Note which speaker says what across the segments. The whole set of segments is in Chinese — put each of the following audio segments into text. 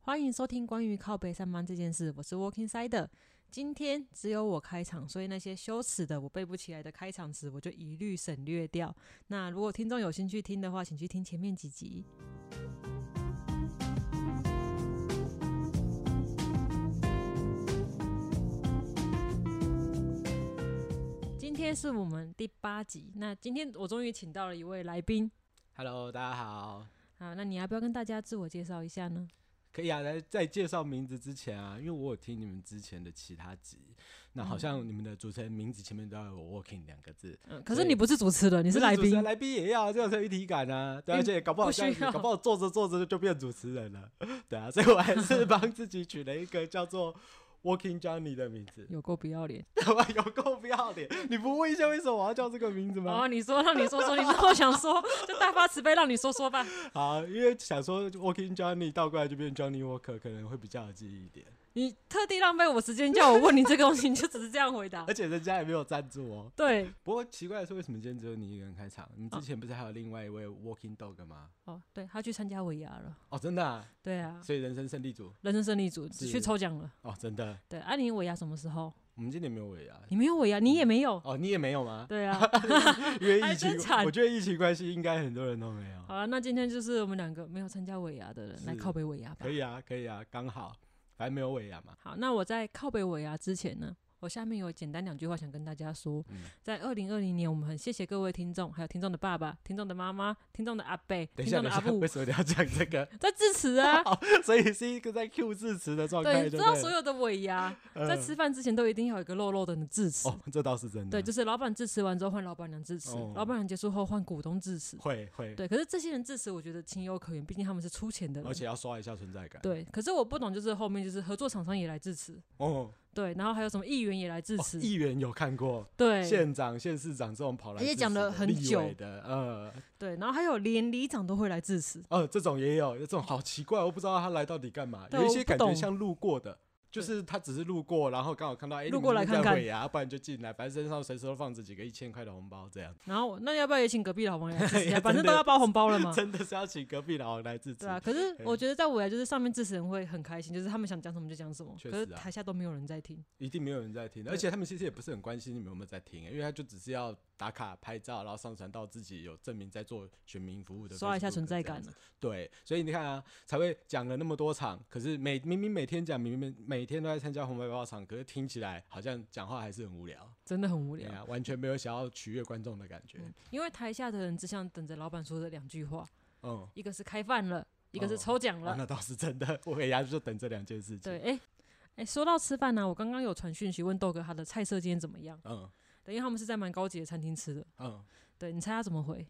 Speaker 1: 欢迎收听关于靠背上班这件事，我是 Walking Side。今天只有我开场，所以那些羞耻的我背不起来的开场词，我就一律省略掉。那如果听众有兴趣听的话，请去听前面几集。今天是我们第八集，那今天我终于请到了一位来宾。
Speaker 2: Hello，大家好。
Speaker 1: 好，那你要不要跟大家自我介绍一下呢？
Speaker 2: 可以啊，在在介绍名字之前啊，因为我有听你们之前的其他集，那好像你们的主持人名字前面都要有 “working” 两个字，
Speaker 1: 嗯，可是你不是主持人，你是来
Speaker 2: 不主持
Speaker 1: 宾
Speaker 2: 人。来宾也要，这样才有一体感啊。对
Speaker 1: 并
Speaker 2: 啊，而且搞不好
Speaker 1: 不需
Speaker 2: 这样子
Speaker 1: 要
Speaker 2: 搞不好坐着坐着就变主持人了， 对啊，所以我还是帮自己取了一个叫做 “working Johnny” 的名 字。
Speaker 1: 有够不要脸！
Speaker 2: 哇，有够不要脸！你不问一下为什么我要叫这个名字吗？
Speaker 1: 哦，你说让你说说，你说我想说，就大发慈悲让你说说吧。
Speaker 2: 好，因为想说 “working Johnny” 倒过来就变 “Johnny Walker”，可能会比较有记忆一点。
Speaker 1: 你特地浪费我时间叫我问你这个东西，你就只是这样回 答
Speaker 2: 而。且人家也没有赞助哦。
Speaker 1: 对，
Speaker 2: 不过奇怪的是，为什么今天只有你一个人开场？
Speaker 1: 啊
Speaker 2: 你们之前不是还有另外一位 Walking Dog 吗？
Speaker 1: 哦，对他去参加尾牙了。
Speaker 2: 哦，真的、啊，
Speaker 1: 对啊，
Speaker 2: 所以人生胜利组
Speaker 1: 人生胜利组
Speaker 2: 是
Speaker 1: 去抽奖了。
Speaker 2: 哦，真的，
Speaker 1: 对，啊，你尾牙什么时候？
Speaker 2: 我们今年没有 尾牙，
Speaker 1: 你没有尾牙，你也没有。
Speaker 2: 哦，你也没有 吗？
Speaker 1: 对啊，
Speaker 2: 因为疫
Speaker 1: 还
Speaker 2: 情
Speaker 1: 真惨，
Speaker 2: 我觉得疫情关系应该很多人都没有。
Speaker 1: 好了，啊那今天就是我们两个没有参加尾牙的人
Speaker 2: 是
Speaker 1: 来靠北尾牙吧
Speaker 2: 可。以啊，可以啊，刚好，反正没有尾牙嘛。
Speaker 1: 好，那我在靠北尾牙之前呢，我下面有简单两句话想跟大家说。
Speaker 2: 嗯
Speaker 1: 在二零二零年，我们很谢谢各位听众，还有听众的爸爸、听众的妈妈、听众的阿伯、
Speaker 2: 等
Speaker 1: 听
Speaker 2: 一下，
Speaker 1: 众
Speaker 2: 等
Speaker 1: 的
Speaker 2: 一
Speaker 1: 阿
Speaker 2: 下，
Speaker 1: 布
Speaker 2: 为，什么你要讲 这个？。
Speaker 1: 在致辞啊
Speaker 2: 所以是一个在 Q 字词的状态，
Speaker 1: 对，
Speaker 2: 对
Speaker 1: 知
Speaker 2: 不
Speaker 1: 道所
Speaker 2: 对？嗯
Speaker 1: 有的尾牙，在吃饭之前都一定要有一个肉肉的致辞。
Speaker 2: 哦，这倒是真的。
Speaker 1: 对，就是老板致辞完之后换老板娘致辞，
Speaker 2: 哦
Speaker 1: 老板娘结束后换股东致辞。
Speaker 2: 会会，
Speaker 1: 对，可是这些人致辞，我觉得情有可原，毕竟他们是出钱的人
Speaker 2: 而。且要刷一下存在感。，
Speaker 1: 对，可是我不懂，就是后面就是合作厂商也来致辞，
Speaker 2: 哦，
Speaker 1: 对，然后还有什么议员也来致
Speaker 2: 哦
Speaker 1: 辞，
Speaker 2: 议员有看过。
Speaker 1: 对，
Speaker 2: 县长、县市长这种跑来
Speaker 1: 而且
Speaker 2: 支持
Speaker 1: 讲
Speaker 2: 的
Speaker 1: 得很
Speaker 2: 立委
Speaker 1: 久
Speaker 2: 的，呃
Speaker 1: 对，然后还有连里长都会来致辞，
Speaker 2: 呃，这种也有，这种好奇怪，我不知道他来到底干嘛。
Speaker 1: 对
Speaker 2: 有一
Speaker 1: 我
Speaker 2: 些
Speaker 1: 不
Speaker 2: 感觉
Speaker 1: 懂
Speaker 2: 像路过的，就是他只是路过，然后刚好看到，哎，
Speaker 1: 路过来看看
Speaker 2: 牙，不然就进来，反正身上随时都放着几个一千块的红包，这样
Speaker 1: 然后我那要不要也请隔壁老王来 致辞
Speaker 2: 也
Speaker 1: 啊？反正
Speaker 2: 真
Speaker 1: 都
Speaker 2: 的。
Speaker 1: 要包红包了嘛
Speaker 2: 真嗯的是要请隔壁老王来支持
Speaker 1: 对。啊，可 是我觉得在未来就是上面致辞人会很开心，就是他们想讲什么就讲什么，
Speaker 2: 确
Speaker 1: 可是
Speaker 2: 实啊
Speaker 1: 台下都没有人在听。
Speaker 2: 一定没有人在听，而且他们其实也不是很关心你们有没有在听，欸因为他就只是要打卡拍照，然后上传到自己有证明在做选民服务的，
Speaker 1: 刷一下存在感啊。
Speaker 2: 对，所以你看啊，才会讲了那么多场，可是每明明每天讲，明明每天都在参加红白包场，可是听起来好像讲话还是很无聊，
Speaker 1: 真的很无
Speaker 2: 对
Speaker 1: 聊，嗯
Speaker 2: 啊，完全没有想要取悦观众的感觉。
Speaker 1: 因为台下的人只想等着老板说的两句话，
Speaker 2: 嗯，
Speaker 1: 一个是开饭了，一个是
Speaker 2: 哦
Speaker 1: 抽奖了
Speaker 2: 啊、。那倒是真的， 我给牙就等这两件事情。
Speaker 1: 对，，哎、哎，说到吃饭呢、我刚刚有传讯息问豆哥他的菜色今天怎么样，
Speaker 2: 嗯
Speaker 1: 对，因为他们是在蛮高级的餐厅吃的。
Speaker 2: 嗯，
Speaker 1: 对你猜他怎么回？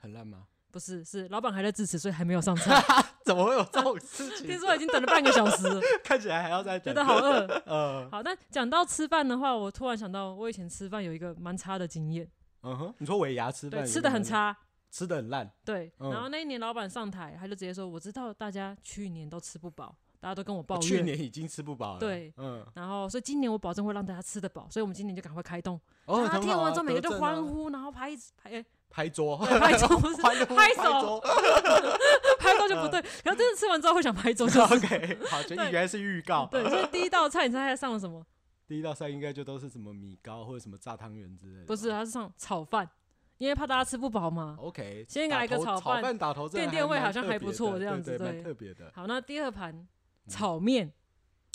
Speaker 2: 很烂吗？
Speaker 1: 不是，是老板还在致辞，所以还没有上 菜。
Speaker 2: 怎么会有这种事 情
Speaker 1: 听？说已经等了半个小时了，
Speaker 2: 看起来还要再
Speaker 1: 觉
Speaker 2: 等。
Speaker 1: 得好饿。
Speaker 2: 嗯
Speaker 1: 好，那讲到吃饭的话，我突然想到，我以前吃饭有一个蛮差的经验，
Speaker 2: 嗯哼，你说尾牙吃
Speaker 1: 对，
Speaker 2: 饭
Speaker 1: 吃的很
Speaker 2: 有没有
Speaker 1: 差，
Speaker 2: 吃的很烂，
Speaker 1: 对。
Speaker 2: 嗯
Speaker 1: 然后那一年老板上台，他就直接说：“我知道大家去年都吃不饱，大家都跟我抱
Speaker 2: 我哦去
Speaker 1: 怨。
Speaker 2: 年已经吃不饱了。
Speaker 1: 对
Speaker 2: 嗯，
Speaker 1: 然后所以今年我保证会让大家吃得饱，所以我们今年就赶快开动。
Speaker 2: 哦，
Speaker 1: 大家
Speaker 2: 很
Speaker 1: 听
Speaker 2: 好啊
Speaker 1: 完之后，每个
Speaker 2: 德
Speaker 1: 都
Speaker 2: 政
Speaker 1: 欢
Speaker 2: 啊
Speaker 1: 呼，然后拍一拍 哎
Speaker 2: 拍桌，
Speaker 1: 对拍桌 不是拍
Speaker 2: 拍
Speaker 1: 手，
Speaker 2: 桌。 嗯
Speaker 1: 拍桌就不对。可是真的吃完之后会想拍桌， 就是
Speaker 2: OK，好， 就
Speaker 1: 对
Speaker 2: 原来是预告。
Speaker 1: 对。所以第一道菜，你猜他上了什么？
Speaker 2: 第一道菜应该就都是什么米糕或者什么炸汤圆之类的吧。
Speaker 1: 不是，啊他是上炒饭，因为怕大家吃不饱嘛。
Speaker 2: OK，
Speaker 1: 先来个
Speaker 2: 打头
Speaker 1: 炒
Speaker 2: 炒
Speaker 1: 饭
Speaker 2: 打头阵，
Speaker 1: 垫垫味好像还
Speaker 2: 还
Speaker 1: 不错这样子
Speaker 2: 对，
Speaker 1: 对
Speaker 2: 蛮特别的。
Speaker 1: 好，那第二盘炒面，
Speaker 2: 哎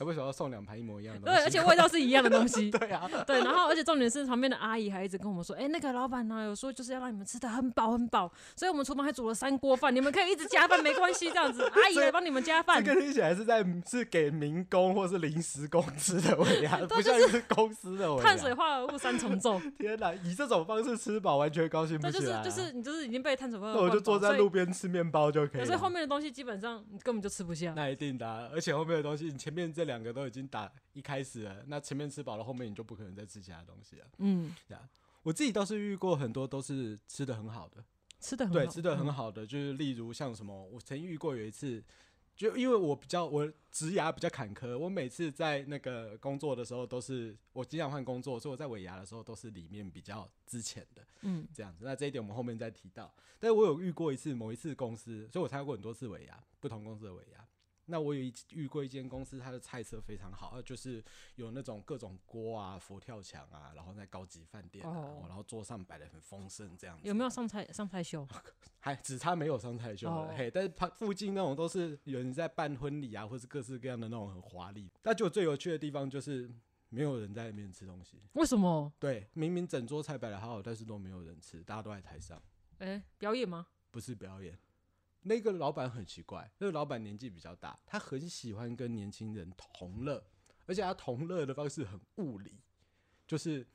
Speaker 2: 为什么要送两盘一模一样的东
Speaker 1: 对，
Speaker 2: 西？
Speaker 1: 而且味道是一样的东 西。
Speaker 2: 对啊，
Speaker 1: 对，然后而且重点是旁边的阿姨还一直跟我们说，哎、那个老板呢、有说就是要让你们吃的很饱很饱，所以我们厨房还煮了三锅饭，你们可以一直加饭没关系，这 样子阿姨来帮你们加饭
Speaker 2: 这。个听啊起来是在是给民工或是临时工吃的尾牙，
Speaker 1: 对
Speaker 2: 不像是公司的尾牙。
Speaker 1: 碳水化合物三重 奏，
Speaker 2: 天哪，以这种方式吃饱，完全高兴不
Speaker 1: 对，就
Speaker 2: 起
Speaker 1: 是
Speaker 2: 来啊。
Speaker 1: 就是你就是已经被碳水化合
Speaker 2: 那
Speaker 1: 物灌饱，
Speaker 2: 我就坐在
Speaker 1: 所
Speaker 2: 路
Speaker 1: 以
Speaker 2: 边吃面包就可以
Speaker 1: 对
Speaker 2: 了。
Speaker 1: 所以后面的东西基本上你根本就吃不下。
Speaker 2: 那一定的啊、而且后面的东西，你前面这两个都已经打一开始了，那前面吃饱了，后面你就不可能再吃其他东西了。
Speaker 1: 嗯，
Speaker 2: 这样，我自己倒是遇过很多都是吃的很好的，
Speaker 1: 吃的很
Speaker 2: 对，
Speaker 1: 好嗯
Speaker 2: 吃的很好的，就是例如像什么，我曾经遇过有一次。就因为我比较我职涯比较坎坷，我每次在那个工作的时候都是我经常换工作，所以我在尾牙的时候都是里面比较之前的，
Speaker 1: 嗯，
Speaker 2: 这样子。那这一点我们后面再提到。但是我有遇过一次，某一次公司，所以我参加过很多次尾牙，不同公司的尾牙。那我有一遇过一间公司，它的菜色非常好，呃就是有那种各种锅啊、佛跳墙啊，然后在高级饭店啊，
Speaker 1: 哦
Speaker 2: 然后桌上摆的很丰盛这样子。
Speaker 1: 有没有上菜上菜秀？
Speaker 2: 还只差没有上菜秀了，
Speaker 1: 哦
Speaker 2: 嘿，但是旁附近那种都是有人在办婚礼啊，或是各式各样的那种很华丽。那就最有趣的地方就是没有人在那边吃东西，
Speaker 1: 为什么？
Speaker 2: 对，明明整桌菜摆的好好，但是都没有人吃，大家都在台上，
Speaker 1: 哎、表演吗？
Speaker 2: 不是表演。那个老板很奇怪，那个老板年纪比较大，他很喜欢跟年轻人同乐，而且他同乐的方式很物理，就是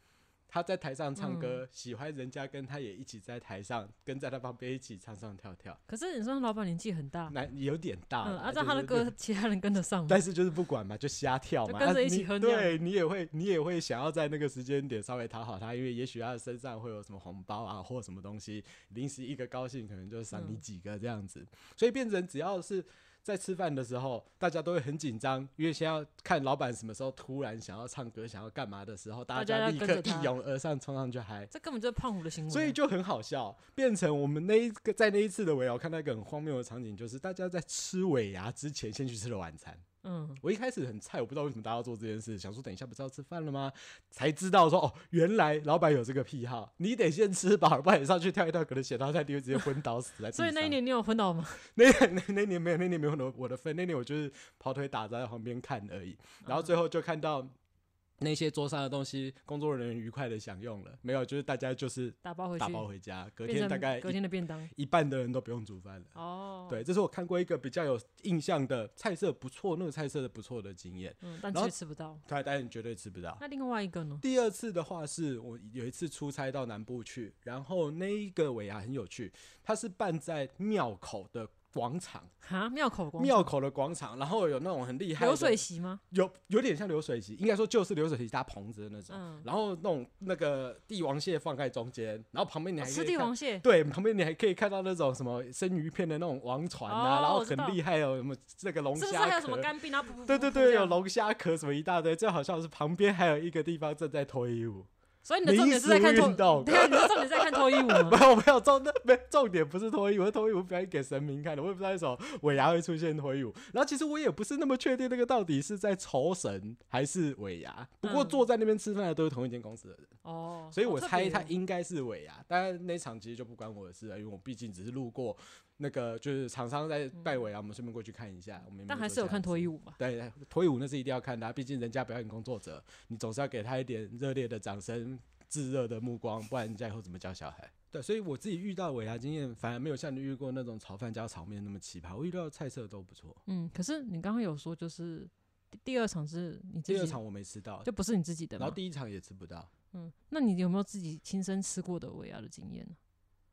Speaker 2: 他在台上唱
Speaker 1: 嗯
Speaker 2: 歌，喜欢人家跟他也一起在台上，跟在他旁边一起唱唱跳跳。
Speaker 1: 可是你说老板年纪很大，
Speaker 2: 那啊有点大
Speaker 1: 嗯，
Speaker 2: 啦，
Speaker 1: 按
Speaker 2: 就
Speaker 1: 照他的
Speaker 2: 是
Speaker 1: 歌
Speaker 2: 那，
Speaker 1: 其他人跟得上吗？
Speaker 2: 但是就是不管嘛，就瞎跳
Speaker 1: 就
Speaker 2: 嘛，
Speaker 1: 跟
Speaker 2: 啊
Speaker 1: 着一起
Speaker 2: 你
Speaker 1: 哼这样
Speaker 2: 对你也会，你也会想要在那个时间点稍微讨好他，因为也许他的身上会有什么红包啊，或什么东西，临时一个高兴，可能就赏你
Speaker 1: 嗯
Speaker 2: 几个这样子。所以变成只要是在吃饭的时候，大家都会很紧张，因为先要看老板什么时候突然想要唱歌、想要干嘛的时候，大
Speaker 1: 大家要
Speaker 2: 立
Speaker 1: 跟
Speaker 2: 刻
Speaker 1: 着他
Speaker 2: 一拥而上冲上去嗨。
Speaker 1: 这根本就是胖虎的行为啊。
Speaker 2: 所以就很好笑，变成我们那一个在那一次的尾牙，我看到一个很荒谬的场景，就是大家在吃尾牙之前先去吃了晚餐。
Speaker 1: 嗯，
Speaker 2: 我一开始很菜，我不知道为什么大家要做这件事，想说等一下不是要吃饭了吗？才知道说哦，原来老板有这个癖好，你得先吃饱，不然你上去跳一跳，可能血糖太低，会直接昏倒死在地
Speaker 1: 所
Speaker 2: 上。
Speaker 1: 以那一年你有昏倒吗？
Speaker 2: 那那 那年没有，那年没有我的我的份，那年我就是跑腿打杂在旁边看而
Speaker 1: 嗯
Speaker 2: 已。然后最后就看到那些桌上的东西，工作人员愉快的享用了，没有，就是大家就是
Speaker 1: 打包回去，
Speaker 2: 打包回家，隔
Speaker 1: 变成
Speaker 2: 天大概
Speaker 1: 隔
Speaker 2: 一
Speaker 1: 天的便当。
Speaker 2: 一半的人都不用煮饭了。
Speaker 1: 哦，，
Speaker 2: 对，这是我看过一个比较有印象的菜色不错，那个菜色的不错的经验，
Speaker 1: 嗯，但
Speaker 2: 然后
Speaker 1: 却吃不到。
Speaker 2: 但但绝对吃不到。
Speaker 1: 那另外一个呢？
Speaker 2: 第二次的话是我有一次出差到南部去，然后那一个尾牙很有趣，它是办在庙口的广场，
Speaker 1: 哈，庙口广
Speaker 2: 庙口的广场，然后有那种很厉害的
Speaker 1: 流水席吗？
Speaker 2: 有有点像流水席，应该说就是流水席搭棚子的那种，
Speaker 1: 嗯，
Speaker 2: 然后那种那个帝王蟹放在中间，然后旁边你还可以
Speaker 1: 吃哦帝
Speaker 2: 看
Speaker 1: 王蟹，
Speaker 2: 对，旁边你还可以看到那种什么生鱼片的那种王船啊，
Speaker 1: 哦
Speaker 2: 然后
Speaker 1: 我知道
Speaker 2: 很厉害哦，什么这个龙
Speaker 1: 是
Speaker 2: 虾
Speaker 1: 不
Speaker 2: 壳，
Speaker 1: 是还有什么干冰？然后噗噗噗
Speaker 2: 对对
Speaker 1: 噗噗这
Speaker 2: 对，有
Speaker 1: 样
Speaker 2: 龙虾壳什么一大堆，最好笑的是旁边还有一个地方正在脱衣舞，
Speaker 1: 所以你的重点是在看
Speaker 2: 民俗
Speaker 1: 脱
Speaker 2: 运 动
Speaker 1: 对啊，你的重点在看脱衣舞
Speaker 2: 没
Speaker 1: 吗？
Speaker 2: 有没有重那没重点不是脱衣舞，脱衣舞表演给神明看的，我也不知道为什么尾牙会出现脱衣舞。然后其实我也不是那么确定那个到底是在酬神还是尾牙，不过
Speaker 1: 嗯
Speaker 2: 坐在那边吃饭的都是同一间公司的人，
Speaker 1: 哦，
Speaker 2: 所以
Speaker 1: 好
Speaker 2: 我
Speaker 1: 特
Speaker 2: 猜
Speaker 1: 别
Speaker 2: 他
Speaker 1: 哦
Speaker 2: 应该是尾牙。当然那场其实就不关我的事啊了，因为我毕竟只是路过那个就是厂商在拜尾牙，我们顺便过去看一下。我们也没
Speaker 1: 但还是有看脱衣
Speaker 2: 舞。
Speaker 1: 舞吧？
Speaker 2: 对，脱衣舞那是一定要看的啊、毕竟人家表演工作者，你总是要给他一点热烈的掌声、炙热的目光，不然人家以后怎么教小孩？对，所以我自己遇到尾牙经验，反而没有像你遇过那种炒饭加炒面那么奇葩。我遇到的菜色都不错。
Speaker 1: 嗯，可是你刚刚有说就是第第二场是你自
Speaker 2: 第
Speaker 1: 己
Speaker 2: 二场我没吃到，
Speaker 1: 就不是你自己的
Speaker 2: 然
Speaker 1: 嘛
Speaker 2: 后？第一场也吃不到。
Speaker 1: 嗯，那你有没有自己亲身吃过的尾牙的经验呢？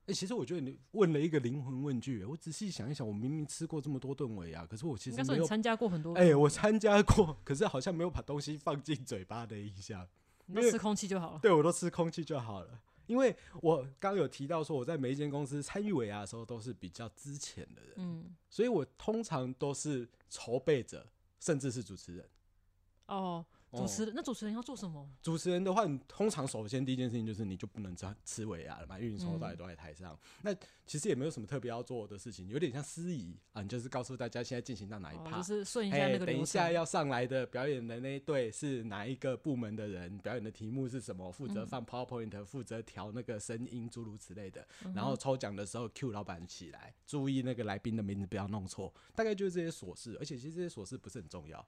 Speaker 2: 哎、其实我觉得你问了一个灵魂问句，我仔细想一想，我明明吃过这么多顿尾牙，可是我其
Speaker 1: 应
Speaker 2: 实
Speaker 1: 该说
Speaker 2: 没
Speaker 1: 你
Speaker 2: 有。
Speaker 1: 参加过很多，
Speaker 2: 哎、我参加过，可是好像没有把东西放进嘴巴的印象。
Speaker 1: 你都
Speaker 2: 因为
Speaker 1: 吃空气就好了。
Speaker 2: 对我都吃空气就好了。因为我刚有提到说，我在每一间公司参与尾牙的时候都是比较之前的人，
Speaker 1: 嗯，
Speaker 2: 所以我通常都是筹备者，甚至是主持人。
Speaker 1: 哦，主持
Speaker 2: 哦、
Speaker 1: 人那主持人要做什么？
Speaker 2: 主持人的话，你通常首先第一件事情就是你就不能吃吃尾牙了嘛，因为你从头
Speaker 1: 嗯
Speaker 2: 到尾都在台上。那其实也没有什么特别要做的事情，有点像司仪啊，你就是告诉大家现在进行到哪一
Speaker 1: 哦
Speaker 2: 趴、
Speaker 1: 就是顺一下
Speaker 2: 哎，
Speaker 1: 那个
Speaker 2: 等一
Speaker 1: 流
Speaker 2: 下
Speaker 1: 程。
Speaker 2: 要上来的表演的那一队是哪一个部门的人？表演的题目是什么？负责
Speaker 1: 嗯
Speaker 2: 放 PowerPoint，负责调那个声音，诸如此类的。
Speaker 1: 嗯
Speaker 2: 然后抽奖的时候 Q 老板起来，注意那个来宾的名字不要弄错。大概就是这些琐事，而且其实这些琐事不是很重要，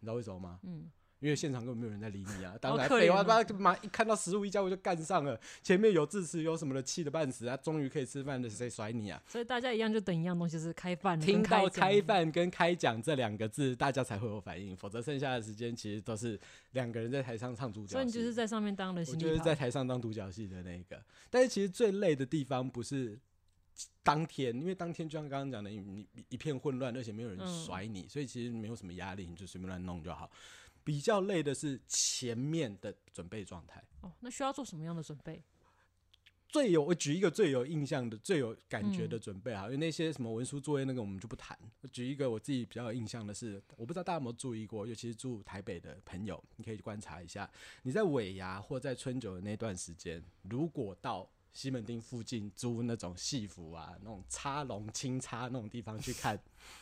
Speaker 2: 你知道为什么吗？
Speaker 1: 嗯，
Speaker 2: 因为现场根本没有人在理你啊！当
Speaker 1: 好
Speaker 2: 然，
Speaker 1: 可
Speaker 2: 废话，
Speaker 1: 怜
Speaker 2: 妈
Speaker 1: 哦
Speaker 2: 妈一看到食物一家我就干上了，前面有致辞有什么的，气得半死啊！终于可以吃饭了，谁甩你啊？
Speaker 1: 所以大家一样就等一样东西是开饭了，
Speaker 2: 听
Speaker 1: 跟
Speaker 2: 到
Speaker 1: 奖
Speaker 2: 嗯开饭跟开讲这两个字，大家才会有反应，否则剩下的时间其实都是两个人在台上唱独角戏。
Speaker 1: 所以你就是在上面当人
Speaker 2: 我
Speaker 1: 形立
Speaker 2: 就是
Speaker 1: 牌
Speaker 2: 在台上当独角戏的那一个，但是其实最累的地方不是当天，因为当天就像刚刚讲的，你你一片混乱，而且没有人
Speaker 1: 嗯
Speaker 2: 甩你，所以其实没有什么压力，你就随便乱弄就好。比较累的是前面的准备状态。
Speaker 1: 哦，那需要做什么样的准备？
Speaker 2: 最有我举一个最有印象的、最有感觉的
Speaker 1: 嗯
Speaker 2: 准备啊，因为那些什么文书作业那个我们就不谈。我举一个我自己比较有印象的是，我不知道大家有没有注意过，尤其是住台北的朋友，你可以观察一下，你在尾牙或在春酒的那段时间，如果到西门町附近租那种戏服啊，那种插龙清插那种地方去看，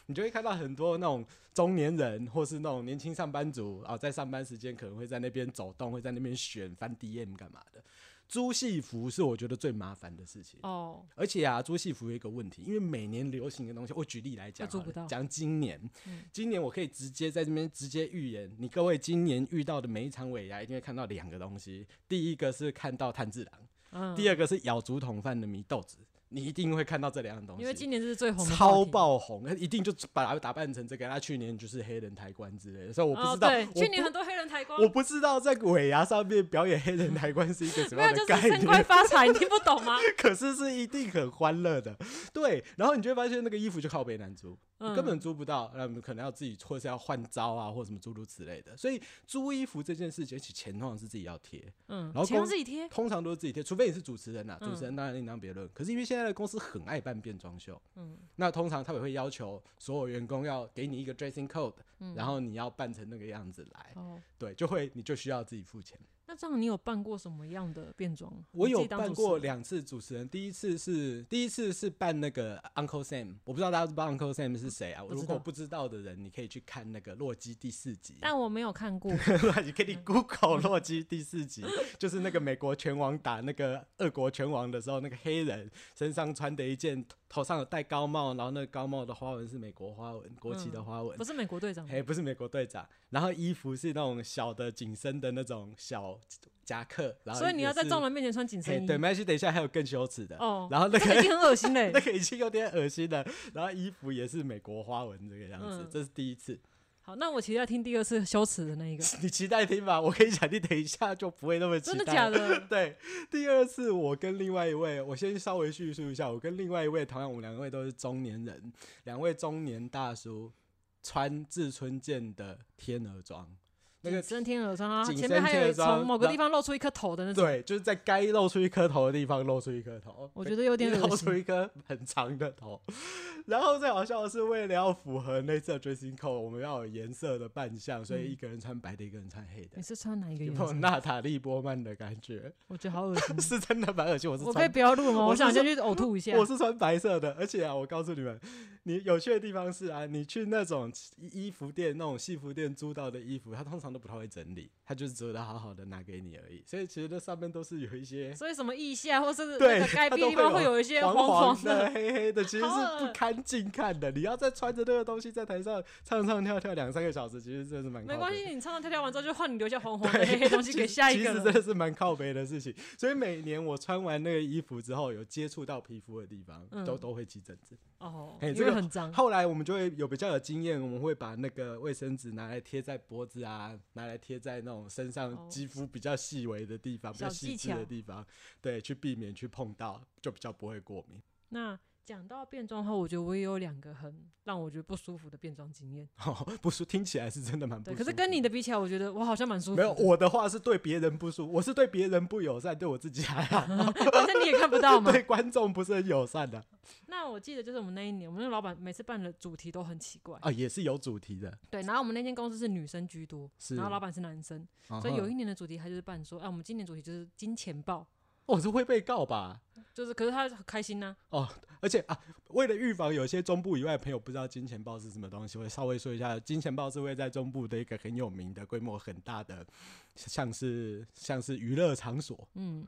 Speaker 2: 你就会看到很多那种中年人或是那种年轻上班族啊、在上班时间可能会在那边走动，会在那边选翻 DM 干嘛的。租戏服是我觉得最麻烦的事情。
Speaker 1: 哦，
Speaker 2: 而且啊，租戏服有一个问题，因为每年流行的东西，我举例来讲
Speaker 1: 会租
Speaker 2: 好了
Speaker 1: 不到
Speaker 2: 讲今年，
Speaker 1: 嗯
Speaker 2: 今年我可以直接在这边直接预言，你各位今年遇到的每一场尾牙一定会看到两个东西，第一个是看到炭治郎，
Speaker 1: 嗯，
Speaker 2: 第二个是咬竹筒饭的米豆子，你一定会看到这两样东西，
Speaker 1: 因为今年这是最红的话
Speaker 2: 超
Speaker 1: 题，
Speaker 2: 爆红， 一定就把它打扮成这个。他去年就是黑人抬棺之类的，所以我不
Speaker 1: 哦，
Speaker 2: 知道，
Speaker 1: 对，
Speaker 2: 我
Speaker 1: 去年
Speaker 2: 不
Speaker 1: 很多黑人抬棺，
Speaker 2: 我不知道在尾牙上面表演黑人抬棺是一个什么
Speaker 1: 没
Speaker 2: 样
Speaker 1: 有
Speaker 2: 的
Speaker 1: 就
Speaker 2: 概
Speaker 1: 是
Speaker 2: 念
Speaker 1: 升。官发财，你听不懂吗？
Speaker 2: 可是是一定很欢乐的，对。然后你就会发现那个衣服就靠北难租，
Speaker 1: 嗯
Speaker 2: 根本租不到，那你可能要自己或是要换招啊，或什么诸如此类的。所以租衣服这件事情，而且钱通常是自己要贴，
Speaker 1: 嗯
Speaker 2: 然后，
Speaker 1: 钱
Speaker 2: 公
Speaker 1: 自己贴，
Speaker 2: 通常都是自己贴，除非你是主持人呐、
Speaker 1: 嗯
Speaker 2: 主持人当然另当别论。可是因为现在的公司很爱办变装秀，
Speaker 1: 嗯
Speaker 2: 那通常他们会要求所有员工要给你一个 dressing code，、
Speaker 1: 嗯，
Speaker 2: 然后你要扮成那个样子来，
Speaker 1: 哦，
Speaker 2: 对，就会你就需要自己付钱。
Speaker 1: 那这样你有办过什么样的变装？
Speaker 2: 我
Speaker 1: 你自
Speaker 2: 有
Speaker 1: 己当
Speaker 2: 办
Speaker 1: 主持
Speaker 2: 过
Speaker 1: 人
Speaker 2: 两次主持人，第一次是第一次是办那个 Uncle Sam，我不知道大家知不知道 Uncle Sam 是谁啊？
Speaker 1: 不知道
Speaker 2: 如果不知道的人，你可以去看那个洛基第四集，
Speaker 1: 但我没有看 过，
Speaker 2: 你可以
Speaker 1: 嗯
Speaker 2: Google 洛基第四集， 就是那个美国拳王打那个俄国拳王的时候，那个黑人身上穿的一件头上有戴高帽，然后那个高帽的花纹是美国花纹，国旗的
Speaker 1: 嗯
Speaker 2: 花纹
Speaker 1: 不。是美国队长吗，
Speaker 2: 嘿，不是美国队长，然后衣服是那种小的紧身的那种小夹克，然后
Speaker 1: 所以你
Speaker 2: 也
Speaker 1: 要在
Speaker 2: 是
Speaker 1: 众人面前穿紧
Speaker 2: 哎，
Speaker 1: 身衣，
Speaker 2: 对，没关系，等一下还有更羞耻的。
Speaker 1: 哦，
Speaker 2: 然后那
Speaker 1: 这个已
Speaker 2: 个
Speaker 1: 经很恶心嘞
Speaker 2: 那。个已经有点恶心了，然后衣服也是美国花纹这个样子，
Speaker 1: 嗯
Speaker 2: 这是第一次。
Speaker 1: 好，那我其实要听第二次羞耻的那 一个，
Speaker 2: 你期待听吧，我跟你讲，你等一下就不会那么期
Speaker 1: 真
Speaker 2: 待。
Speaker 1: 的假？的？
Speaker 2: 对，第二次我跟另外一位，我先稍微叙述一下，我跟另外一位，同样我们两位都是中年人，两位中年大叔穿志村健的天鹅装， 那个
Speaker 1: 紧身天鹅装啊，
Speaker 2: 紧
Speaker 1: 前
Speaker 2: 身
Speaker 1: 面还
Speaker 2: 天
Speaker 1: 有
Speaker 2: 鹅装
Speaker 1: 从某个
Speaker 2: 然
Speaker 1: 地方露出一颗头的那种，
Speaker 2: 对，就是在该露出一颗头的地方露出一颗头，
Speaker 1: 我觉得有点恶
Speaker 2: 露出
Speaker 1: 心。
Speaker 2: 一颗很长的头。然后最好笑的是，为了要符合那次的 dressing code，我们要有颜色的扮相，所以一个人穿白的，一个人穿黑的
Speaker 1: 你。是穿哪一个嗯
Speaker 2: 有
Speaker 1: 颜
Speaker 2: 没有
Speaker 1: 色？
Speaker 2: 娜塔莉波曼的感觉？。
Speaker 1: 我觉得好恶心
Speaker 2: 是真的蛮恶心。我是
Speaker 1: 我可以
Speaker 2: 穿
Speaker 1: 不要录吗？
Speaker 2: 我
Speaker 1: 我
Speaker 2: 是
Speaker 1: 想先
Speaker 2: 说
Speaker 1: 去呕吐一下。
Speaker 2: 我是穿白色的，而且啊，我告诉你们，你有趣的地方是啊，你去那种衣衣服店、那种戏服店租到的衣服，它通常都不太会整理，它就是折的好好的拿给你而已。所以其实那上面都是有一些
Speaker 1: 所以什么腋下或是那
Speaker 2: 对
Speaker 1: 个该
Speaker 2: 它
Speaker 1: 闭
Speaker 2: 都
Speaker 1: 地方
Speaker 2: 会
Speaker 1: 会
Speaker 2: 有
Speaker 1: 有一些
Speaker 2: 黄
Speaker 1: 黄
Speaker 2: 的、
Speaker 1: 的，
Speaker 2: 黑黑的，其实
Speaker 1: 好
Speaker 2: 是
Speaker 1: 恶
Speaker 2: 不堪近看的。你要再穿着那个东西在台上唱唱跳跳两三个小时，其实真的是蛮
Speaker 1: 没
Speaker 2: 靠
Speaker 1: 关
Speaker 2: 北
Speaker 1: 系，
Speaker 2: 的。
Speaker 1: 你唱唱跳跳完之后就换你留下黄黄的
Speaker 2: 对
Speaker 1: 黑黑东西
Speaker 2: 其
Speaker 1: 给
Speaker 2: 实
Speaker 1: 下一个
Speaker 2: 其实
Speaker 1: 人
Speaker 2: 真。的是蛮靠背的事情。所以每年我穿完那个衣服之后，有接触到皮肤的地方，
Speaker 1: 嗯
Speaker 2: 都都会起疹子。
Speaker 1: 哦，
Speaker 2: 嘿
Speaker 1: 因
Speaker 2: 哎这
Speaker 1: 为
Speaker 2: 个
Speaker 1: 很脏。
Speaker 2: 后来我们就会有比较有经验，我们会把那个卫生纸拿来贴在脖子啊，拿来贴在那种身上
Speaker 1: 哦
Speaker 2: 肌肤比较细微的地方、比较
Speaker 1: 小技
Speaker 2: 细致的
Speaker 1: 巧
Speaker 2: 地方，对，去避免去碰到，就比较不会过敏。
Speaker 1: 那讲到变装后，我觉得我也有两个很让我觉得不舒服的变装经验。
Speaker 2: 哦，不舒，听起来是真的蛮不
Speaker 1: 对，
Speaker 2: 舒服。
Speaker 1: 可是跟你的比起来，我觉得我好像蛮舒服
Speaker 2: 没
Speaker 1: 的。
Speaker 2: 有我的话是对别人不舒服，我是对别人不友善，对我自己还 好，
Speaker 1: 反正你也看不到嘛。
Speaker 2: 对观众不是很友善的
Speaker 1: 那我记得就是我们那一年，我们那个老板每次办的主题都很奇怪。
Speaker 2: 啊，也是有主题的，
Speaker 1: 对，然后我们那间公司是女生居多，
Speaker 2: 是。
Speaker 1: 然后老板是男生，
Speaker 2: 嗯哼，
Speaker 1: 所以有一年的主题他就是办说，啊，我们今年主题就是金钱豹，
Speaker 2: 我是会被告吧？
Speaker 1: 就是可是他很开心呐、
Speaker 2: 而且啊，为了预防有些中部以外的朋友不知道金钱豹是什么东西，我稍微说一下，金钱豹是位在中部的一个很有名的、规模很大的，像是像是娱乐场所，
Speaker 1: 嗯，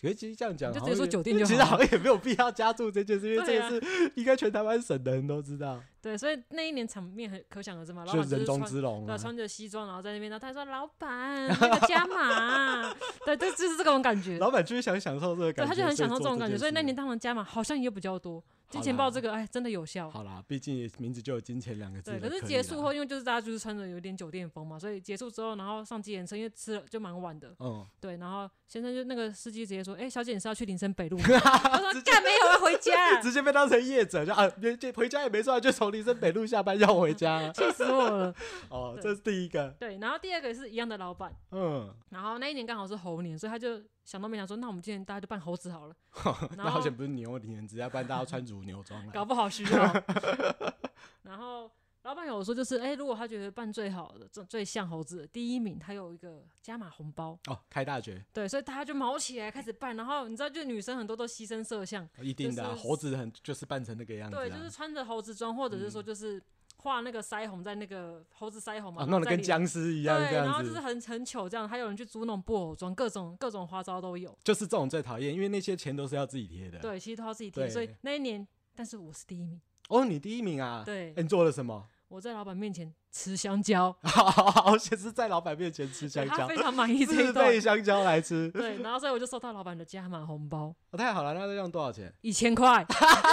Speaker 2: 可是其实这样讲
Speaker 1: 你
Speaker 2: 好
Speaker 1: 就
Speaker 2: 像
Speaker 1: 直接说
Speaker 2: 也，
Speaker 1: 酒店就
Speaker 2: 其实
Speaker 1: 好
Speaker 2: 好像也没有必要加注这件事，因为
Speaker 1: 对
Speaker 2: 这个
Speaker 1: 啊
Speaker 2: 是应该全台湾省的人都知道，
Speaker 1: 对，所以那一年场面很可想而知嘛，老
Speaker 2: 就
Speaker 1: 板
Speaker 2: 是人
Speaker 1: 是
Speaker 2: 中
Speaker 1: 穿。
Speaker 2: 之龙
Speaker 1: 对，
Speaker 2: 啊。
Speaker 1: 穿着西装，然后在那边，然后他说：“老板，那个加码。” 对，这就是这种感觉。
Speaker 2: 老板就是想享受这个
Speaker 1: 对，
Speaker 2: 感觉，
Speaker 1: 他就很享受
Speaker 2: 做
Speaker 1: 这种感觉，
Speaker 2: 件
Speaker 1: 所以那
Speaker 2: 事
Speaker 1: 年他们加码好像也比较多。金钱
Speaker 2: 好
Speaker 1: 豹
Speaker 2: 啦
Speaker 1: 这个，哎，真的有效。
Speaker 2: 好啦，毕竟也名字就有金钱两个字
Speaker 1: 对，
Speaker 2: 了。
Speaker 1: 可是
Speaker 2: 以
Speaker 1: 结
Speaker 2: 啦
Speaker 1: 束后，，因为就是大家就是穿着有点酒店风嘛，所以结束之后，然后上计程车，因为吃了就蛮晚的，
Speaker 2: 嗯，
Speaker 1: 对，然后先生就那个司机直接说：“哎、小姐，你是要去林森北路吗？”他 说：“干没有，我要回家。啊
Speaker 2: 直接被当成业者，就啊，别就回家也没错啊，就从林森北路下班要回家”。啊
Speaker 1: 气死我了。
Speaker 2: 哦，
Speaker 1: 对
Speaker 2: 这是第一个，
Speaker 1: 对，然后第二个是一样的老板，
Speaker 2: 嗯，
Speaker 1: 然后那一年刚好是猴年，所以他就想都没想说，那我们今年大家就扮猴子好了，然
Speaker 2: 那好
Speaker 1: 后
Speaker 2: 险不是牛年，只要不然大家穿乳牛装
Speaker 1: 搞
Speaker 2: 了。
Speaker 1: 不好需要。然后老板有说就是，哎、如果他觉得办最好的、最最像猴子的第一名，他有一个加码红包，
Speaker 2: 哦，开大绝，
Speaker 1: 对，所以大家就毛起来开始办。然后你知道，就女生很多都牺牲色相，
Speaker 2: 一定的啊、
Speaker 1: 就是
Speaker 2: 猴子很就是扮成那个样子、啊，嗯
Speaker 1: 对，就是穿着猴子装，或者是说就是画那个腮红在那个猴子腮红嘛，
Speaker 2: 啊，弄得
Speaker 1: 在
Speaker 2: 跟
Speaker 1: 脸
Speaker 2: 僵尸一样
Speaker 1: 对，
Speaker 2: 这
Speaker 1: 然
Speaker 2: 样
Speaker 1: 后就是
Speaker 2: 子。
Speaker 1: 很很糗这样。还有人去租那种布偶装，各种各种花招都有。
Speaker 2: 就是这种最讨厌，因为那些钱都是要自己贴的。，
Speaker 1: 对，其实都要自己贴，所以
Speaker 2: 啊对
Speaker 1: 那一年，但是我是第一名。
Speaker 2: 哦，你第一名啊？
Speaker 1: 对
Speaker 2: 哎、你做了什么？
Speaker 1: 我在老板面前吃香蕉，
Speaker 2: 而且是在老板面前吃 香
Speaker 1: 对他
Speaker 2: 蕉
Speaker 1: 非，常满 意这一
Speaker 2: 自
Speaker 1: 段
Speaker 2: 备。香蕉来吃。
Speaker 1: 对，然后所以我就收到老板的加码红包
Speaker 2: 哦，太好了，那这样多少钱？
Speaker 1: 一千块，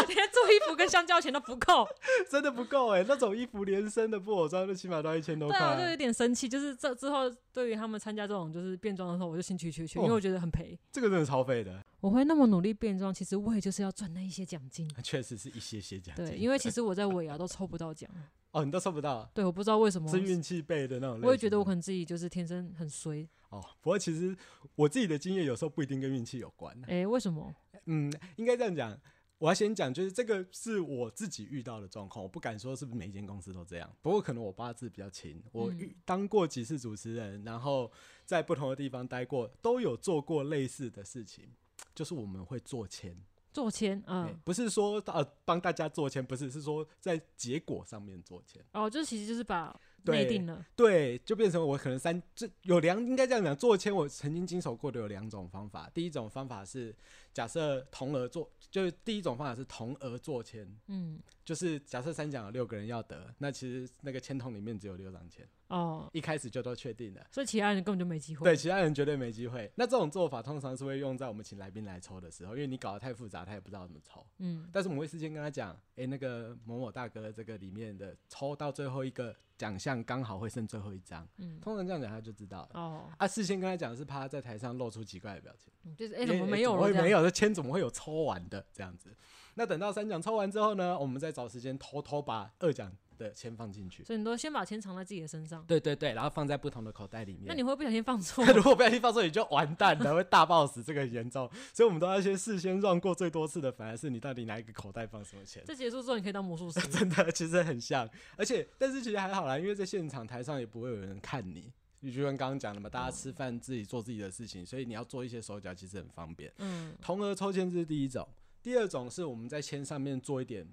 Speaker 1: 连做衣服跟香蕉钱都不够。
Speaker 2: 真的不够哎、那种衣服连身的布偶装，那起码都要一千多
Speaker 1: 对
Speaker 2: 块
Speaker 1: 啊，我
Speaker 2: 啊。
Speaker 1: 就有点生气，就是这之后对于他们参加这种就是变装的时候，我就心去去去，因为
Speaker 2: 哦
Speaker 1: 我觉得很赔。
Speaker 2: 这个真的超费的，
Speaker 1: 我会那么努力变装，其实我也就是要赚那一些奖金。
Speaker 2: 确实是一些些奖金。
Speaker 1: 对，因为其实我在尾牙都抽不到奖，
Speaker 2: 哦，你都收不到，
Speaker 1: 对，我不知道为什么
Speaker 2: 是运气背的那种类型。
Speaker 1: 我也觉得我可能自己就是天生很 衰，
Speaker 2: 哦，不过其实我自己的经验有时候不一定跟运气有关 啊、
Speaker 1: 哎、为什么？
Speaker 2: 嗯，应该这样讲。我要先讲，就是这个是我自己遇到的状况，我不敢说是不是每一间公司都这样。不过可能我八字比较勤，我
Speaker 1: 嗯
Speaker 2: 遇当过几次主持人，然后在不同的地方待过，都有做过类似的事情。就是我们会做签，
Speaker 1: 做签，嗯，
Speaker 2: 欸不是说呃帮大家做签，不是是说在结果上面做签。
Speaker 1: 哦，就其实就是把内
Speaker 2: 对
Speaker 1: 定了，
Speaker 2: 对，就变成我可能三这有两应该这样讲，做签我曾经经手过的有两种方法。第一种方法是假设同额做，就是第一种方法是同额做签，
Speaker 1: 嗯，
Speaker 2: 就是假设三奖有六个人要得，那其实那个签筒里面只有六张签，
Speaker 1: 哦，
Speaker 2: 一开始就都确定了。
Speaker 1: 所以其他人根本就没机会。
Speaker 2: 对，其他人绝对没机会。那这种做法通常是会用在我们请来宾来抽的时候，因为你搞得太复杂，他也不知道怎么抽。
Speaker 1: 嗯，
Speaker 2: 但是我们会事先跟他讲，诶，那个某某大哥这个里面的抽到最后一个奖项刚好会剩最后一张，
Speaker 1: 嗯
Speaker 2: 通常这样讲他就知道了。
Speaker 1: 哦，
Speaker 2: 啊，事先跟他讲是怕他在台上露出奇怪的表情，
Speaker 1: 嗯就是哎、
Speaker 2: 诶
Speaker 1: 怎么没有
Speaker 2: 怎
Speaker 1: 了？
Speaker 2: 么会
Speaker 1: 这样
Speaker 2: 没有？这签怎么会有抽完的这样子？那等到三奖抽完之后呢，我们再找时间偷偷把二奖的签放进去。
Speaker 1: 所以你都先把钱藏在自己的身上。
Speaker 2: 对对对，然后放在不同的口袋里面。？
Speaker 1: 那你会不小心放错
Speaker 2: 如果不小心放错，你就完蛋了，会大爆死，这个很严重。所以我们都要先事先让过最多次的，反而是你到底哪一个口袋放什么钱。
Speaker 1: 这结束之后，你可以当魔术师
Speaker 2: 真的其实很像，而且但是其实还好啦，因为在现场台上也不会有人看你。你就跟刚刚讲的嘛，大家吃饭自己做自己的事情，所以你要做一些手脚其实很方便。
Speaker 1: 嗯，
Speaker 2: 同额抽签这是第一种，第二种是我们在签上面做一点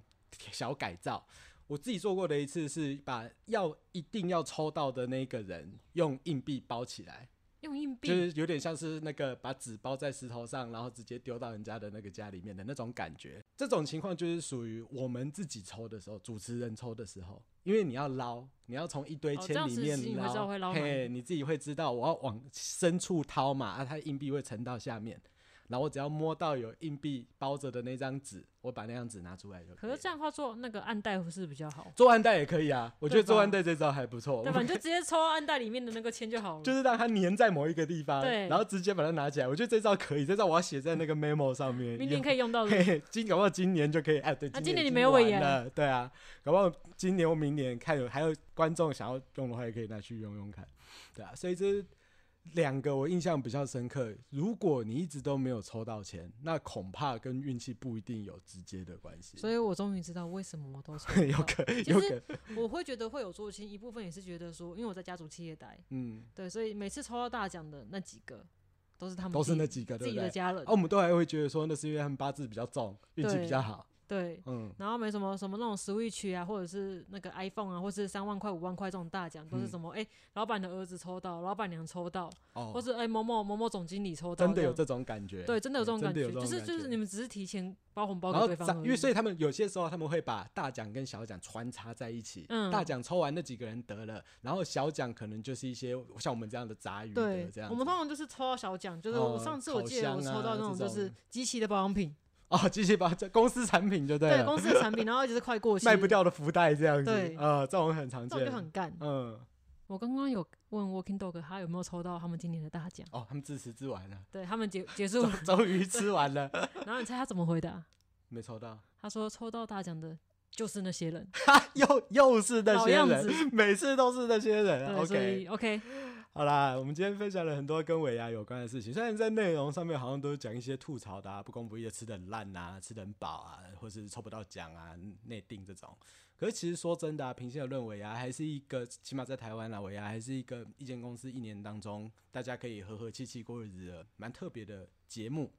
Speaker 2: 小改造。我自己做过的一次是把要一定要抽到的那个人用硬币包起来，
Speaker 1: 用硬币、
Speaker 2: 就是有点像是那个把纸包在石头上，然后直接丢到人家的那个家里面的那种感觉。这种情况就是属于我们自己抽的时候，主持人抽的时候，因为你要捞，你要从一堆
Speaker 1: 哦这
Speaker 2: 签
Speaker 1: 样
Speaker 2: 里
Speaker 1: 子是你
Speaker 2: 面
Speaker 1: 会知道会捞哪
Speaker 2: 嘿，你自己会知道我要往深处掏嘛，啊，它硬币会沉到下面。然后我只要摸到有硬币包着的那张纸，我把那张纸拿出来就可以
Speaker 1: 可
Speaker 2: 了。
Speaker 1: 是这样的话做那个暗袋是比较好，
Speaker 2: 做暗袋也可以啊，我觉得
Speaker 1: 对吧
Speaker 2: 做暗袋这招还不错。我
Speaker 1: 对吧？你就直接抽暗袋里面的那个签就好了。
Speaker 2: 哦就是让它粘在某一个地方，
Speaker 1: 对
Speaker 2: 然后直接把它拿起来。我觉得这招可以，这招我要写在那个 memo 上面。
Speaker 1: 明年可以用到
Speaker 2: 以
Speaker 1: 的。
Speaker 2: 嘿嘿，今搞不好今年就可以。哎，对，
Speaker 1: 啊
Speaker 2: 今
Speaker 1: 今年
Speaker 2: 已
Speaker 1: 你
Speaker 2: 经
Speaker 1: 没有尾
Speaker 2: 完
Speaker 1: 牙
Speaker 2: 了，对啊，搞不好今年或明年看有还有观众想要用的话，也可以拿去用用看，对啊。所以这两个我印象比较深刻。如果你一直都没有抽到钱，那恐怕跟运气不一定有直接的关系。
Speaker 1: 所以我终于知道为什么我都 抽
Speaker 2: 有
Speaker 1: 不到。
Speaker 2: 可
Speaker 1: 其
Speaker 2: 有
Speaker 1: 实
Speaker 2: 可，
Speaker 1: 我会觉得会有做亲，一部分也是觉得说，因为我在家族企业待，
Speaker 2: 嗯，
Speaker 1: 对，所以每次抽到大奖的那几个都是他们
Speaker 2: 都是
Speaker 1: 自己
Speaker 2: 那几个，
Speaker 1: 自
Speaker 2: 对
Speaker 1: 己
Speaker 2: 不
Speaker 1: 的
Speaker 2: 对？
Speaker 1: 家人
Speaker 2: 啊，，我们都还会觉得说那是因为他们八字比较重，运气
Speaker 1: 对
Speaker 2: 比较好，
Speaker 1: 对。
Speaker 2: 嗯。
Speaker 1: 然后没什么什么那种 Switch 啊，或者是那个 iPhone 啊，或是三万块、五万块这种大奖，都是
Speaker 2: 嗯
Speaker 1: 什么哎、老板的儿子抽到，老板娘抽到，
Speaker 2: 哦
Speaker 1: 或是哎、某某某某总经理抽到，
Speaker 2: 真的有
Speaker 1: 这
Speaker 2: 这种感觉，
Speaker 1: 样对，真的有这种
Speaker 2: 真
Speaker 1: 感
Speaker 2: 的
Speaker 1: 觉，
Speaker 2: 有
Speaker 1: 就
Speaker 2: 这种
Speaker 1: 是
Speaker 2: 感
Speaker 1: 就是
Speaker 2: 觉
Speaker 1: 你们只是提前包红包
Speaker 2: 然
Speaker 1: 给
Speaker 2: 后
Speaker 1: 对
Speaker 2: 长
Speaker 1: 方而已，
Speaker 2: 因为所以他们有些时候他们会把大奖跟小奖穿插在一起，
Speaker 1: 嗯
Speaker 2: 大奖抽完那几个人得了，然后小奖可能就是一些像我们这样的杂鱼
Speaker 1: 对
Speaker 2: 的这样子，
Speaker 1: 我们通常就是抽到小奖，就是我
Speaker 2: 哦
Speaker 1: 上次我
Speaker 2: 烤
Speaker 1: 记得我
Speaker 2: 箱
Speaker 1: 抽
Speaker 2: 啊
Speaker 1: 到那种
Speaker 2: 这
Speaker 1: 就是
Speaker 2: 种
Speaker 1: 机器的保养品，
Speaker 2: 哦，继续把这公司产品就对
Speaker 1: 对
Speaker 2: 了，
Speaker 1: 公司的产品，然后一直是快过期，
Speaker 2: 卖不，掉的福袋这样子，
Speaker 1: 对
Speaker 2: 呃，这种很常
Speaker 1: 这种就
Speaker 2: 见，
Speaker 1: 很干。
Speaker 2: 嗯，
Speaker 1: 我刚刚有问 Working Dog 他有没有抽到他们今年的大奖，
Speaker 2: 哦，他们自食自完了，
Speaker 1: 对他们结结束
Speaker 2: 终
Speaker 1: 了，
Speaker 2: 终于吃完 了，
Speaker 1: 然后你猜他怎么回答？
Speaker 2: 没抽到，
Speaker 1: 他说抽到大奖的就是那些人，
Speaker 2: 哈，又又是 那
Speaker 1: 老
Speaker 2: 些
Speaker 1: 样
Speaker 2: 人，
Speaker 1: 子。
Speaker 2: 每次都是那些人
Speaker 1: 对，所
Speaker 2: ，OK，
Speaker 1: 以 OK，
Speaker 2: 好啦，我们今天分享了很多跟尾牙有关的事情，虽然在内容上面好像都是讲一些吐槽的、啊，不公不义的，吃的很烂啊，吃的很饱啊，或是抽不到奖啊，内定这种。可是其实说真的、啊，平心而论，尾牙还是一个，起码在台湾啦，尾牙还是一个一间公司一年当中大家可以和和气气过日子的蛮特别的节目。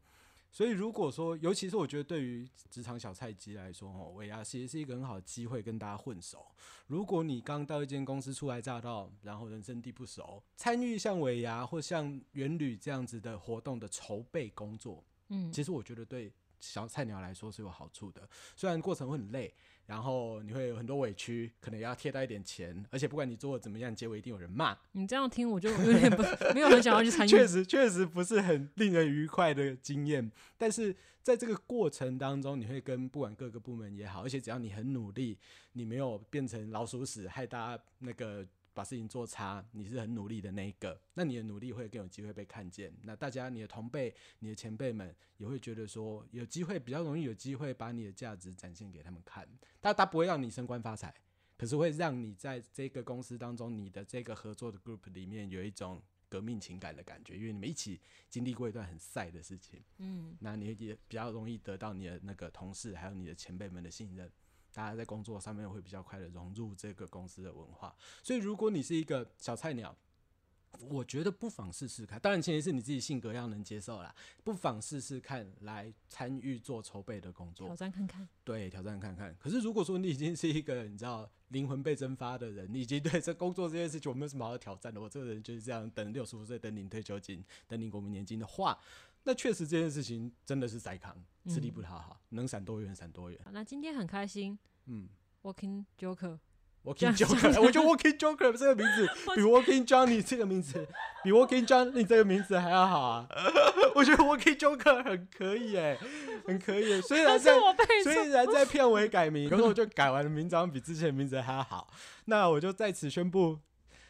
Speaker 2: 所以如果说，尤其是我觉得对于职场小菜鸡来说，哦，尾牙其实是一个很好的机会跟大家混熟。如果你刚到一间公司初来乍到，然后人生地不熟，参与像尾牙或像元旅这样子的活动的筹备工作，
Speaker 1: 嗯，
Speaker 2: 其实我觉得对小菜鸟来说是有好处的。虽然过程会很累，然后你会有很多委屈，可能也要贴到一点钱，而且不管你做的怎么样，结尾一定有人骂。
Speaker 1: 你这样听我就有点不 没有很想要去参与，
Speaker 2: 确实确实不是很令人愉快的经验，但是在这个过程当中，你会跟不管各个部门也好，而且只要你很努力，你没有变成老鼠屎，害大家那个把事情做差，你是很努力的那一个，那你的努力会更有机会被看见。那大家，你的同辈、你的前辈们也会觉得说，有机会比较容易有机会把你的价值展现给他们看，但他不会让你升官发财。可是会让你在这个公司当中，你的这个合作的 group 里面有一种革命情感的感觉，因为你们一起经历过一段很晒的事情，
Speaker 1: 嗯，
Speaker 2: 那你也比较容易得到你的那个同事还有你的前辈们的信任，大家在工作上面会比较快的融入这个公司的文化。所以，如果你是一个小菜鸟，我觉得不妨试试看。当然，前提是你自己性格要能接受啦，不妨试试看来参与做筹备的工作
Speaker 1: 挑。战看看，
Speaker 2: 对，挑战看看。可是如果说你已经是一个你知道灵魂被蒸发的人，你已经对这工作这件事情我没有什么好挑战的，我这个人就是这样，等六十五岁，等领退休金，等领国民年金的话，那确实这件事情真的是在扛，吃力不讨好，能闪多远闪多远。
Speaker 1: 好那今天很开心
Speaker 2: 嗯
Speaker 1: ，Walking Joker，
Speaker 2: ，Walking Joker，我觉得 Walking Joker 这个名字比 Walking Johnny 这个名字，比 Walking Johnny 这个名字还要好啊。 我觉得 Walking Joker 很可以哎、很可以欸、虽然
Speaker 1: 但是
Speaker 2: 在
Speaker 1: 我被
Speaker 2: 虽然在片尾改名，可是我就改完了名字，好像比之前的名字还要好。那我就在此宣布，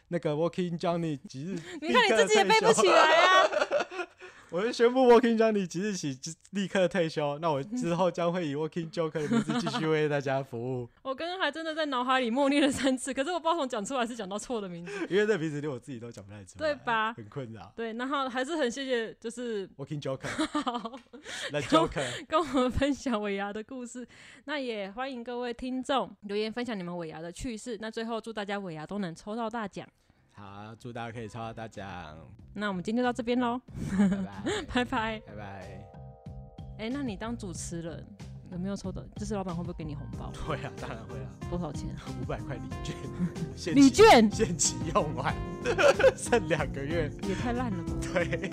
Speaker 2: 那个 Walking Johnny 即日，
Speaker 1: 你看你自己也背不起来啊。
Speaker 2: 我就宣布 Walking Johnny 即日起即立刻退休。那我之后将会以 Walking Joker 的名字继续为大家服务，
Speaker 1: 我刚刚还真的在脑海里默念了三次，可是我不知道从讲出来是讲到错的名字。
Speaker 2: 因为这名字连我自己都讲不太出来，
Speaker 1: 对吧
Speaker 2: 很困扰。
Speaker 1: 对，然后还是很谢谢，就是。
Speaker 2: Walking Joker，那 Joker，
Speaker 1: 跟我们分享尾牙的故事，那也欢迎各位听众留言分享你们尾牙的趣事。那最后祝大家尾牙都能抽到大奖。
Speaker 2: 好，祝大家可以抽到大奖，
Speaker 1: 那我们今天就到这边喽，拜拜。
Speaker 2: 拜拜，拜拜。
Speaker 1: 哎、那你当主持人有没有抽到？就是老板会不会给你红包？
Speaker 2: 会啊，当然会啊，
Speaker 1: 多少钱？
Speaker 2: 五百块礼 券，现
Speaker 1: 礼
Speaker 2: 金
Speaker 1: 券
Speaker 2: 限期用完，剩两个月。
Speaker 1: 也太烂了吧！
Speaker 2: 对。